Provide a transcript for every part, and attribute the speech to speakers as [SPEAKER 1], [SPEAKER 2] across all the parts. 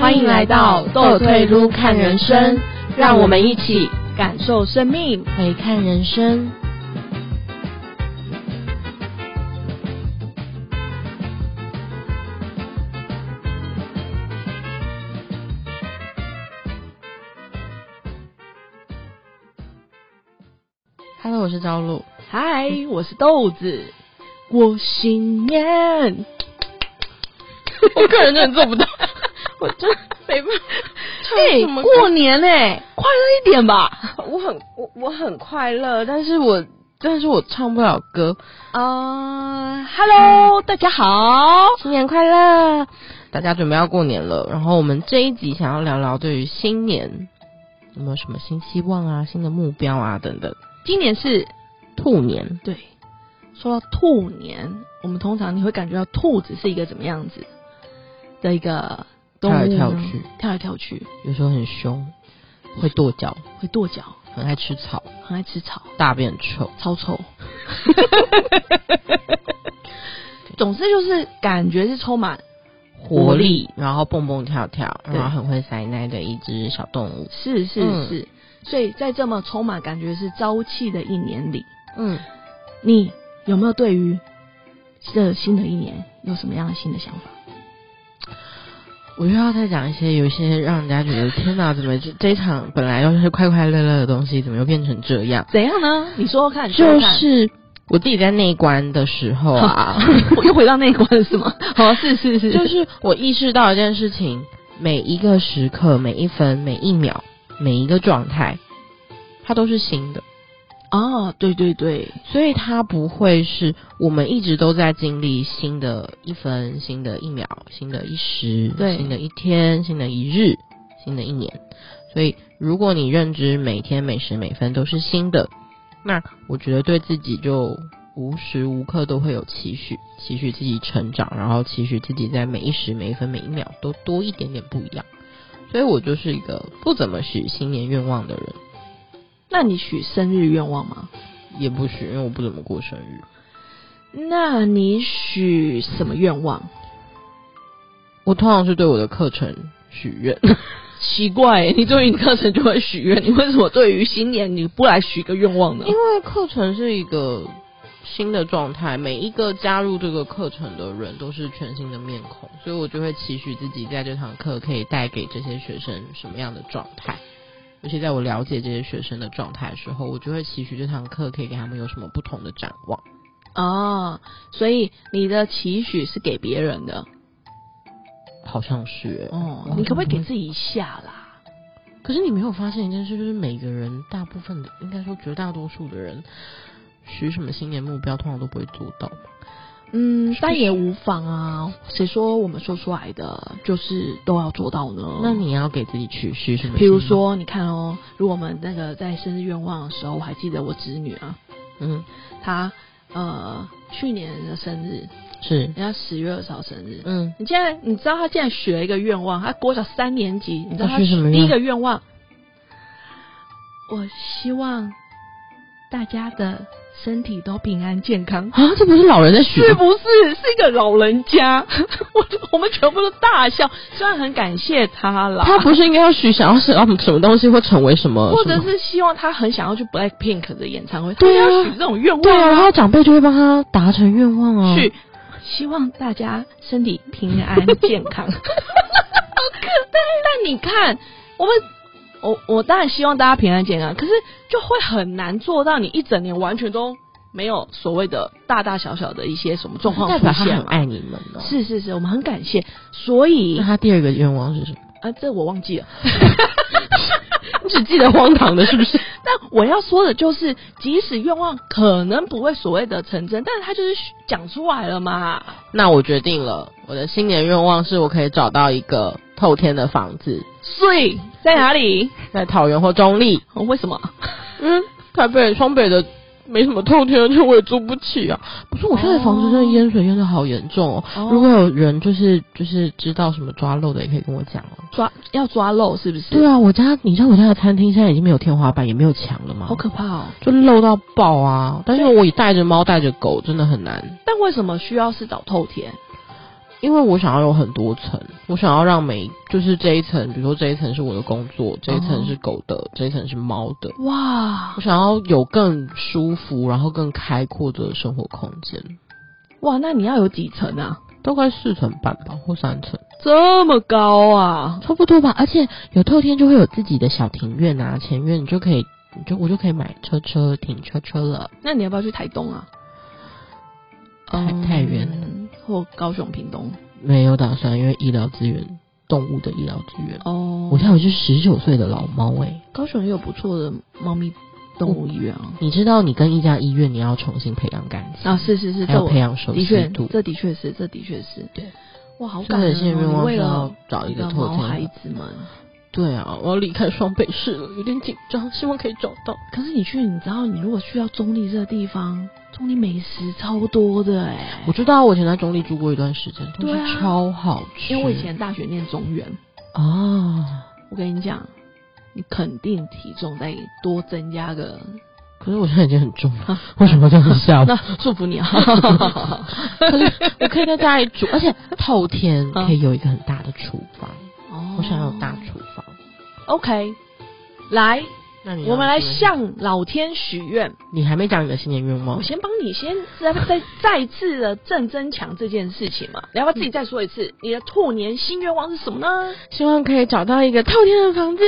[SPEAKER 1] 欢迎来到斗退撸看人生，让我们一起
[SPEAKER 2] 感受生命。
[SPEAKER 1] 回看人生。Hello，我是朝露。
[SPEAKER 2] 嗨，我是豆子，我信念。
[SPEAKER 1] 我个人真的做 不到，
[SPEAKER 2] 我真没办法。
[SPEAKER 1] 哎、
[SPEAKER 2] 唱什么歌
[SPEAKER 1] 过年哎、快乐一点 吧。
[SPEAKER 2] 我很我我很快乐，但是我
[SPEAKER 1] 但是我唱不了歌。哦
[SPEAKER 2] 呃，Hello，大家好，
[SPEAKER 1] 新年快乐！大家准备要过年了，然后我们这一集想要聊聊对于新年有没有什么新希望啊、新的目标啊等等。
[SPEAKER 2] 今年是
[SPEAKER 1] 兔年，
[SPEAKER 2] 对，说到兔年，我们通常你会感觉到兔子是一个怎么样子的一个动物呢
[SPEAKER 1] 跳来跳去，
[SPEAKER 2] 跳来跳去，
[SPEAKER 1] 有时候很凶，会跺脚，
[SPEAKER 2] 会跺脚，
[SPEAKER 1] 很爱吃草，
[SPEAKER 2] 很爱吃草，
[SPEAKER 1] 大便臭。
[SPEAKER 2] 超 臭。总之就是感觉是充满
[SPEAKER 1] 活力，然后蹦蹦跳跳，
[SPEAKER 2] 对
[SPEAKER 1] 然后很会塞奶的一只小动物。
[SPEAKER 2] 是是
[SPEAKER 1] 嗯
[SPEAKER 2] 是，所以在这么充满感觉是朝气的一年里，
[SPEAKER 1] 嗯，
[SPEAKER 2] 你有没有对于这新的一年有什么样的新的想法？
[SPEAKER 1] 我又要再讲一些有一些让人家觉得天哪，怎么这这一场本来要是快快乐乐的东西，怎么又变成这样？
[SPEAKER 2] 怎样呢？你说说看，你说
[SPEAKER 1] 就
[SPEAKER 2] 说看
[SPEAKER 1] 是我自己在内观的时候 啊，
[SPEAKER 2] 我又回到那一关了是吗？哦， 是是是，
[SPEAKER 1] 就是我意识到一件事情：每一个时刻、每一分、每一秒、每一个状态，它都是新的，
[SPEAKER 2] 哦，对对对，
[SPEAKER 1] 所以它不会是我们一直都在经历新的一分、新的一秒、新的一时、
[SPEAKER 2] 对
[SPEAKER 1] 新的一天、新的一日、新的一年。所以，如果你认知每天、每时、每分都是新的，那我觉得对自己就无时无刻都会有期许，期许自己成长，然后期许自己在每一时、每一分、每一秒都多一点点不一样。所以我就是一个不怎么许新年愿望的人，
[SPEAKER 2] 那你许生日愿望吗？
[SPEAKER 1] 也不许，因为我不怎么过生日。
[SPEAKER 2] 那你许什么愿望？
[SPEAKER 1] 我通常是对我的课程许愿，
[SPEAKER 2] 奇怪，你对于你课程就会许愿，你为什么对于新年你不来许个愿望呢
[SPEAKER 1] 因为课程是一个新的状态，每一个加入这个课程的人都是全新的面孔，所以我就会期许自己在这堂课可以带给这些学生什么样的状态。而且在我了解这些学生的状态的时候，我就会期许这堂课可以给他们有什么不同的展望。
[SPEAKER 2] 哦，所以你的期许是给别人的
[SPEAKER 1] 好像是耶
[SPEAKER 2] 哦
[SPEAKER 1] 我，
[SPEAKER 2] 你可不可以给
[SPEAKER 1] 好像
[SPEAKER 2] 自己一下啦？
[SPEAKER 1] 可是你没有发现一件事，就是每个人大部分的，应该说绝大多数的人，许什么新年目标，通常都不会做到。
[SPEAKER 2] 嗯
[SPEAKER 1] 是，
[SPEAKER 2] 但也无妨啊，谁说我们说出来的就是都要做到呢？
[SPEAKER 1] 那你要给自己去许什么？
[SPEAKER 2] 比如，说，你看哦，如果我们那个在生日愿望的时候，我还记得我侄女啊，
[SPEAKER 1] 嗯，
[SPEAKER 2] 她呃去年的生日，
[SPEAKER 1] 是，
[SPEAKER 2] 人家十月二十号生日，
[SPEAKER 1] 嗯，
[SPEAKER 2] 你现在你知道她竟然许了一个愿望，她国小三年级，你知道
[SPEAKER 1] 她
[SPEAKER 2] 她
[SPEAKER 1] 许什么愿
[SPEAKER 2] 第一个愿望？我希望大家的身体都平安健康。
[SPEAKER 1] 啊，这不是老人在许
[SPEAKER 2] 是不是是一个老人家？ 我我们全部都大笑，虽然很感谢他啦，
[SPEAKER 1] 他不是应该要许想要想要什么东西或成为什么，
[SPEAKER 2] 或者
[SPEAKER 1] 什么
[SPEAKER 2] 是希望他很想要去 Blackpink 的演唱会，他
[SPEAKER 1] 对啊
[SPEAKER 2] 要许这种愿
[SPEAKER 1] 对啊，
[SPEAKER 2] 望
[SPEAKER 1] 然后长辈就会帮他达成愿望啊。
[SPEAKER 2] 去，希望大家身体平 安健康。好 可爱！但你看，我们我我当然希望大家平安健康，可是就会很难做到，你一整年完全都没有所谓的大大小小的一些什么状况
[SPEAKER 1] 代
[SPEAKER 2] 出
[SPEAKER 1] 表他
[SPEAKER 2] 现
[SPEAKER 1] 很
[SPEAKER 2] 嘛。
[SPEAKER 1] 爱你们呢。
[SPEAKER 2] 是是是，我们很感谢，所以
[SPEAKER 1] 那他第二个愿望 是什么？
[SPEAKER 2] 啊，这我忘记了。
[SPEAKER 1] 你只记得荒唐的，是不是？
[SPEAKER 2] 但我要说的就是，即使愿望可能不会所谓的成真，但是他就是讲出来了嘛。
[SPEAKER 1] 那我决定了，我的新年愿望是我可以找到一个透天的房子，
[SPEAKER 2] 所以在哪里？
[SPEAKER 1] 在桃园或中立。
[SPEAKER 2] 哦为什么？
[SPEAKER 1] 因为嗯台北、双北的没什么透天，而且我也租不起啊。不是，我现在房子真的淹水淹的好严重哦。
[SPEAKER 2] 哦
[SPEAKER 1] 如果有人就是就是知道什么抓漏的，也可以跟我讲哦。
[SPEAKER 2] 抓要抓漏是不是？
[SPEAKER 1] 对啊，我家你知道我家的餐厅现在已经没有天花板，也没有墙了吗？
[SPEAKER 2] 好可怕哦！
[SPEAKER 1] 就漏到爆啊！但是我带着猫带着狗真的很难，
[SPEAKER 2] 但为什么需要是找透天？
[SPEAKER 1] 因为我想要有很多层，我想要让每就是这一层，比如说这一层是我的工作，这一层是狗的，这一层是猫的，
[SPEAKER 2] 哇
[SPEAKER 1] 我想要有更舒服，然后更开阔的生活空间，
[SPEAKER 2] 哇，那你要有几层啊？
[SPEAKER 1] 大概四层半吧，或三层，
[SPEAKER 2] 这么高啊？
[SPEAKER 1] 差不多吧。而且有透天就会有自己的小庭院啊，前院你就可以，你就我就可以买车车停车车了，
[SPEAKER 2] 那你要不要去台东啊？哦
[SPEAKER 1] 太太远了，
[SPEAKER 2] 嗯或高雄、屏东
[SPEAKER 1] 没有打算，因为医疗资源，动物的医疗资源。
[SPEAKER 2] 哦
[SPEAKER 1] 我现在我是十九岁的老猫哎、
[SPEAKER 2] 高雄也有不错的猫咪动物医院啊。
[SPEAKER 1] 你知道你跟一家医院你要重新培养感情
[SPEAKER 2] 啊，是是是，
[SPEAKER 1] 还
[SPEAKER 2] 这
[SPEAKER 1] 要
[SPEAKER 2] 我
[SPEAKER 1] 培养熟
[SPEAKER 2] 的
[SPEAKER 1] 悉
[SPEAKER 2] 确
[SPEAKER 1] 度，。
[SPEAKER 2] 这的确是，这的确是。
[SPEAKER 1] 对，
[SPEAKER 2] 哇，好
[SPEAKER 1] 真
[SPEAKER 2] 感
[SPEAKER 1] 的
[SPEAKER 2] 人、
[SPEAKER 1] 现在愿
[SPEAKER 2] 哦！
[SPEAKER 1] 望
[SPEAKER 2] 你为
[SPEAKER 1] 是要
[SPEAKER 2] 了
[SPEAKER 1] 找一
[SPEAKER 2] 你
[SPEAKER 1] 个
[SPEAKER 2] 的
[SPEAKER 1] 透
[SPEAKER 2] 毛
[SPEAKER 1] 天
[SPEAKER 2] 孩
[SPEAKER 1] 的
[SPEAKER 2] 子们，
[SPEAKER 1] 对啊，我要离开双北市了，有点紧张，希望可以找到。
[SPEAKER 2] 可是你去，你知道，你如果去到中立这个地方，中立美食超多的哎、
[SPEAKER 1] 我知道，我以前在中立住过一段时间，东
[SPEAKER 2] 对啊
[SPEAKER 1] 西超好吃。
[SPEAKER 2] 因为我以前大学念中原，
[SPEAKER 1] 啊，
[SPEAKER 2] 我跟你讲，你肯定体重得多增加个，
[SPEAKER 1] 可是我现在已经很重了，为什么要这样吓
[SPEAKER 2] 那
[SPEAKER 1] 我？
[SPEAKER 2] 祝福你啊！
[SPEAKER 1] 可是 我可以在家里煮，啊而且透天
[SPEAKER 2] 嗯
[SPEAKER 1] 可以有一个很大的厨房，
[SPEAKER 2] 哦
[SPEAKER 1] 我想要有大厨房。
[SPEAKER 2] OK，来，
[SPEAKER 1] 那你要
[SPEAKER 2] 我们来
[SPEAKER 1] 新年
[SPEAKER 2] 向老天许愿。
[SPEAKER 1] 你还没讲你的新年愿望
[SPEAKER 2] 我，先帮你先再再再次的正增强这件事情嘛，你要不要自己再说一次？你的兔年新愿望是什么呢？
[SPEAKER 1] 希望可以找到一个透天的房子，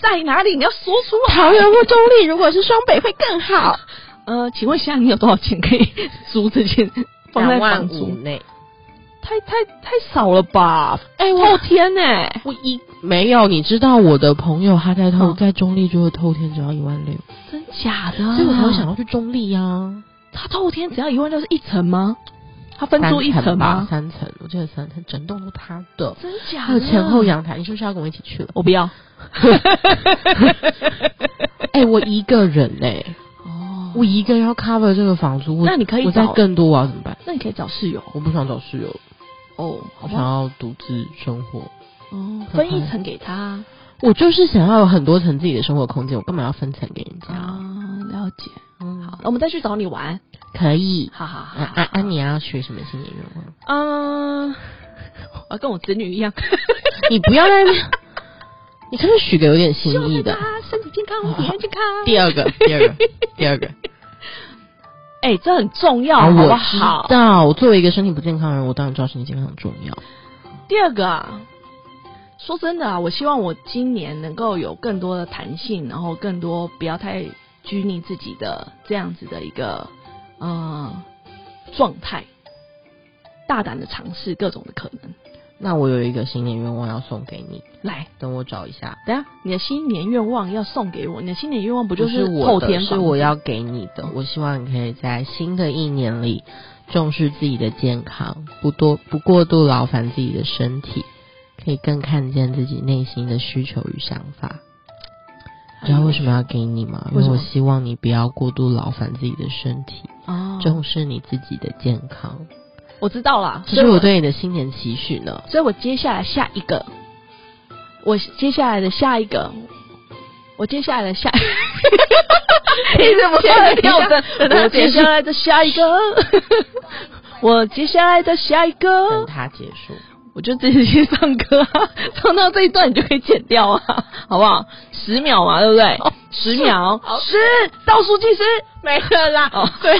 [SPEAKER 2] 在哪里？你要说出来。
[SPEAKER 1] 桃园或中立，如果是双北会更好，
[SPEAKER 2] 呃，请问现在你有多少钱可以租这件？放在房租
[SPEAKER 1] 内。
[SPEAKER 2] 太太太少了吧？
[SPEAKER 1] 哎、
[SPEAKER 2] 后天呢、
[SPEAKER 1] 我一没有，你知道我的朋友他在透、
[SPEAKER 2] 嗯
[SPEAKER 1] 在中立住的透天只要一万六，
[SPEAKER 2] 真假的？
[SPEAKER 1] 所以我才会想要去中立啊。
[SPEAKER 2] 他后天只要一万六是一层吗？他分租一
[SPEAKER 1] 三层吧
[SPEAKER 2] 吗？？
[SPEAKER 1] 三层，我记得三层，整栋都他的，
[SPEAKER 2] 真假
[SPEAKER 1] 还有前后，阳台。你是不是要跟我一起去了？
[SPEAKER 2] 我不要。
[SPEAKER 1] 哎、我一个人哎、
[SPEAKER 2] 哦
[SPEAKER 1] 我一个人要 cover 这个房租，我
[SPEAKER 2] 那你可以
[SPEAKER 1] 我再
[SPEAKER 2] 找
[SPEAKER 1] 更多我要怎么办？
[SPEAKER 2] 那你可以找室友
[SPEAKER 1] 我不想找室友，
[SPEAKER 2] 哦，好
[SPEAKER 1] 我
[SPEAKER 2] 不
[SPEAKER 1] 想
[SPEAKER 2] 好？
[SPEAKER 1] 要独自生活。
[SPEAKER 2] 哦，
[SPEAKER 1] 看看
[SPEAKER 2] 分一层给他
[SPEAKER 1] 我就是想要有很多层自己的生活空间，我干嘛要分层给人家？
[SPEAKER 2] 啊，
[SPEAKER 1] 哦
[SPEAKER 2] 了解。
[SPEAKER 1] 嗯，
[SPEAKER 2] 好，我们再去找你玩。
[SPEAKER 1] 可以。
[SPEAKER 2] 好好好
[SPEAKER 1] 啊啊啊！你要许什么新年愿望？
[SPEAKER 2] 嗯，我要跟我子女一样，
[SPEAKER 1] 你不要在那 边，你可不可以许个有点新意 的？
[SPEAKER 2] 他身体健康，体验健康。
[SPEAKER 1] 第二个，第二个，第二个。
[SPEAKER 2] 哎、这很重要，好不
[SPEAKER 1] 啊我
[SPEAKER 2] 好
[SPEAKER 1] 知？道，我作为一个身体不健康的人，我当然知道身体健康很重要。
[SPEAKER 2] 第二个啊，说真的啊，我希望我今年能够有更多的弹性，然后更多不要太拘泥自己的这样子的一个呃状态，大胆的尝试各种的可能。
[SPEAKER 1] 那我有一个新年愿望要送给你，
[SPEAKER 2] 来，
[SPEAKER 1] 等我找一下。
[SPEAKER 2] 等一下你的新年愿望要送给我，你的新年愿望不就
[SPEAKER 1] 不是
[SPEAKER 2] 后
[SPEAKER 1] 我的，
[SPEAKER 2] 天
[SPEAKER 1] 是
[SPEAKER 2] 房
[SPEAKER 1] 我
[SPEAKER 2] 子
[SPEAKER 1] 要给你的。我希望你可以在新的一年里重视自己的健康，不多不过度劳烦自己的身体，可以更看见自己内心的需求与想法。你知道为什么要给你吗？因
[SPEAKER 2] 嗯为
[SPEAKER 1] 为
[SPEAKER 2] 什么
[SPEAKER 1] 我希望你不要过度劳烦自己的身体，
[SPEAKER 2] 哦，
[SPEAKER 1] 重视你自己的健康。
[SPEAKER 2] 我知道啦，
[SPEAKER 1] 这
[SPEAKER 2] 所以
[SPEAKER 1] 是我对你的新年期许呢。
[SPEAKER 2] 所以我接下来下一个，我接下来的下一个，我接下来的下， 你怎么
[SPEAKER 1] 跳的
[SPEAKER 2] 我接下来的下一个， 我接下来的下一
[SPEAKER 1] 等
[SPEAKER 2] 个，
[SPEAKER 1] 它结束，
[SPEAKER 2] 我就自己去唱歌啊， 唱到这一段你就可以剪掉啊， 好不好？十秒嘛，对不对？十秒，
[SPEAKER 1] 好
[SPEAKER 2] 十，倒数计时，
[SPEAKER 1] 没了啦
[SPEAKER 2] 哦，
[SPEAKER 1] 对，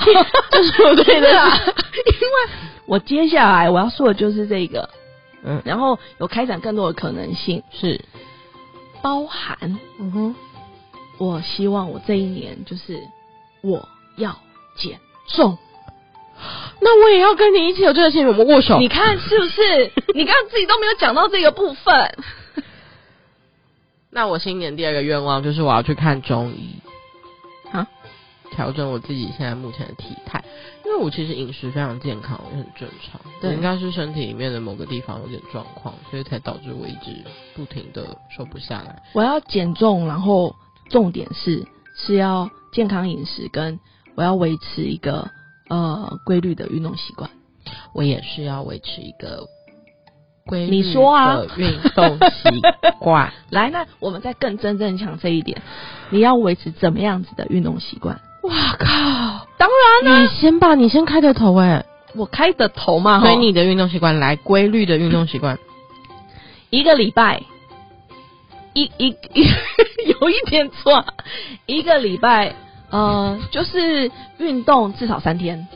[SPEAKER 2] 这是啊我对的啦
[SPEAKER 1] 啦。
[SPEAKER 2] 因为我接下来我要说的就是这个，
[SPEAKER 1] 嗯，
[SPEAKER 2] 然后有开展更多的可能性，
[SPEAKER 1] 是，
[SPEAKER 2] 包含
[SPEAKER 1] 嗯哼，
[SPEAKER 2] 我希望我这一年就是我要减重。
[SPEAKER 1] 那我也要跟你一起有这个新年，我们握手。
[SPEAKER 2] 你看是不是？你刚刚自己都没有讲到这个部 分。
[SPEAKER 1] 那我新年第二个愿望就是我要去看中医，
[SPEAKER 2] 啊，
[SPEAKER 1] 调整我自己现在目前的体态，因为我其实饮食非常健康，也很正常，
[SPEAKER 2] 对
[SPEAKER 1] 我应该是身体里面的某个地方有点状况，所以才导致我一直不停的瘦不下来。
[SPEAKER 2] 我要减重，然后重点是是要健康饮食，跟我要维持一个呃规律的运动习惯。
[SPEAKER 1] 我也是要维持一个规律
[SPEAKER 2] 你说啊
[SPEAKER 1] 的运动习 惯，
[SPEAKER 2] 来，那我们再更真正强这一点，你要维持怎么样子的运动习惯？
[SPEAKER 1] 哇靠！
[SPEAKER 2] 当然
[SPEAKER 1] 你先吧，你先开个头哎、
[SPEAKER 2] 我开的头嘛，
[SPEAKER 1] 啊所以
[SPEAKER 2] 齁
[SPEAKER 1] 你的运动习惯来规律的运动习惯，
[SPEAKER 2] 一个礼拜，一一一 有一点错，一个礼拜，呃，就是运动至少三天，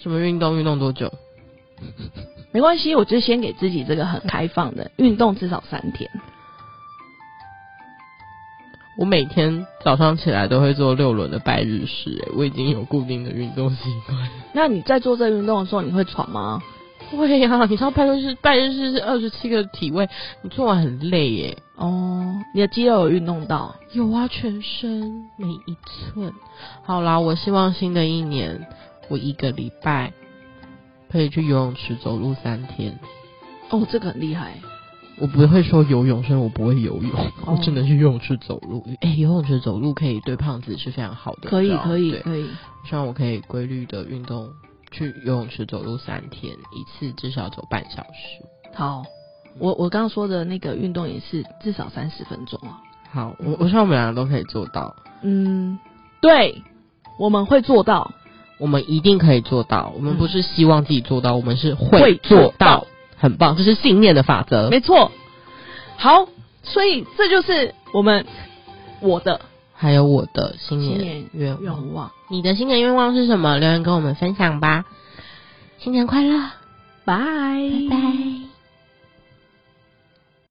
[SPEAKER 1] 什么运动运动多久？
[SPEAKER 2] 没关系，我就是先给自己这个很开放的运动至少三天。
[SPEAKER 1] 我每天早上起来都会做六轮的拜日式，哎，我已经有固定的运动习惯。
[SPEAKER 2] 那你在做这个运动的时候，你会喘吗？
[SPEAKER 1] 会呀、你知道拜日式，拜日式是二十七个体位，你做完很累欸耶。
[SPEAKER 2] 哦，你的肌肉有运动到，
[SPEAKER 1] 有啊，全身每一寸。好啦，我希望新的一年，我一个礼拜可以去游泳池走路三天。
[SPEAKER 2] 哦，这个很厉害。
[SPEAKER 1] 我不会说游泳，虽然我不会游泳，我
[SPEAKER 2] 哦
[SPEAKER 1] 只能去游泳池走路。哎、游泳池走路可以对胖子是非常好的，
[SPEAKER 2] 可以
[SPEAKER 1] 你知道
[SPEAKER 2] 可以
[SPEAKER 1] 对
[SPEAKER 2] 可以，
[SPEAKER 1] 希望我可以规律的运动，去游泳池走路三天，一次至少走半小时。
[SPEAKER 2] 好，我我刚刚说的那个运动也是至少三十分钟啊。
[SPEAKER 1] 好，我我希望我们两个都可以做到，
[SPEAKER 2] 嗯，对，我们会做到。
[SPEAKER 1] 我们一定可以做到。我们
[SPEAKER 2] 嗯
[SPEAKER 1] 不是希望自己做到，我们是
[SPEAKER 2] 会
[SPEAKER 1] 会
[SPEAKER 2] 做
[SPEAKER 1] 做
[SPEAKER 2] 到
[SPEAKER 1] 到，很棒，这是信念的法则。
[SPEAKER 2] 没错。好，所以这就是我们我的
[SPEAKER 1] 还有我的新
[SPEAKER 2] 新
[SPEAKER 1] 年
[SPEAKER 2] 年
[SPEAKER 1] 嗯愿望，
[SPEAKER 2] 愿望。
[SPEAKER 1] 你的新年愿望是什么？留言跟我们分享吧。新年快乐，
[SPEAKER 2] 拜
[SPEAKER 1] 拜拜。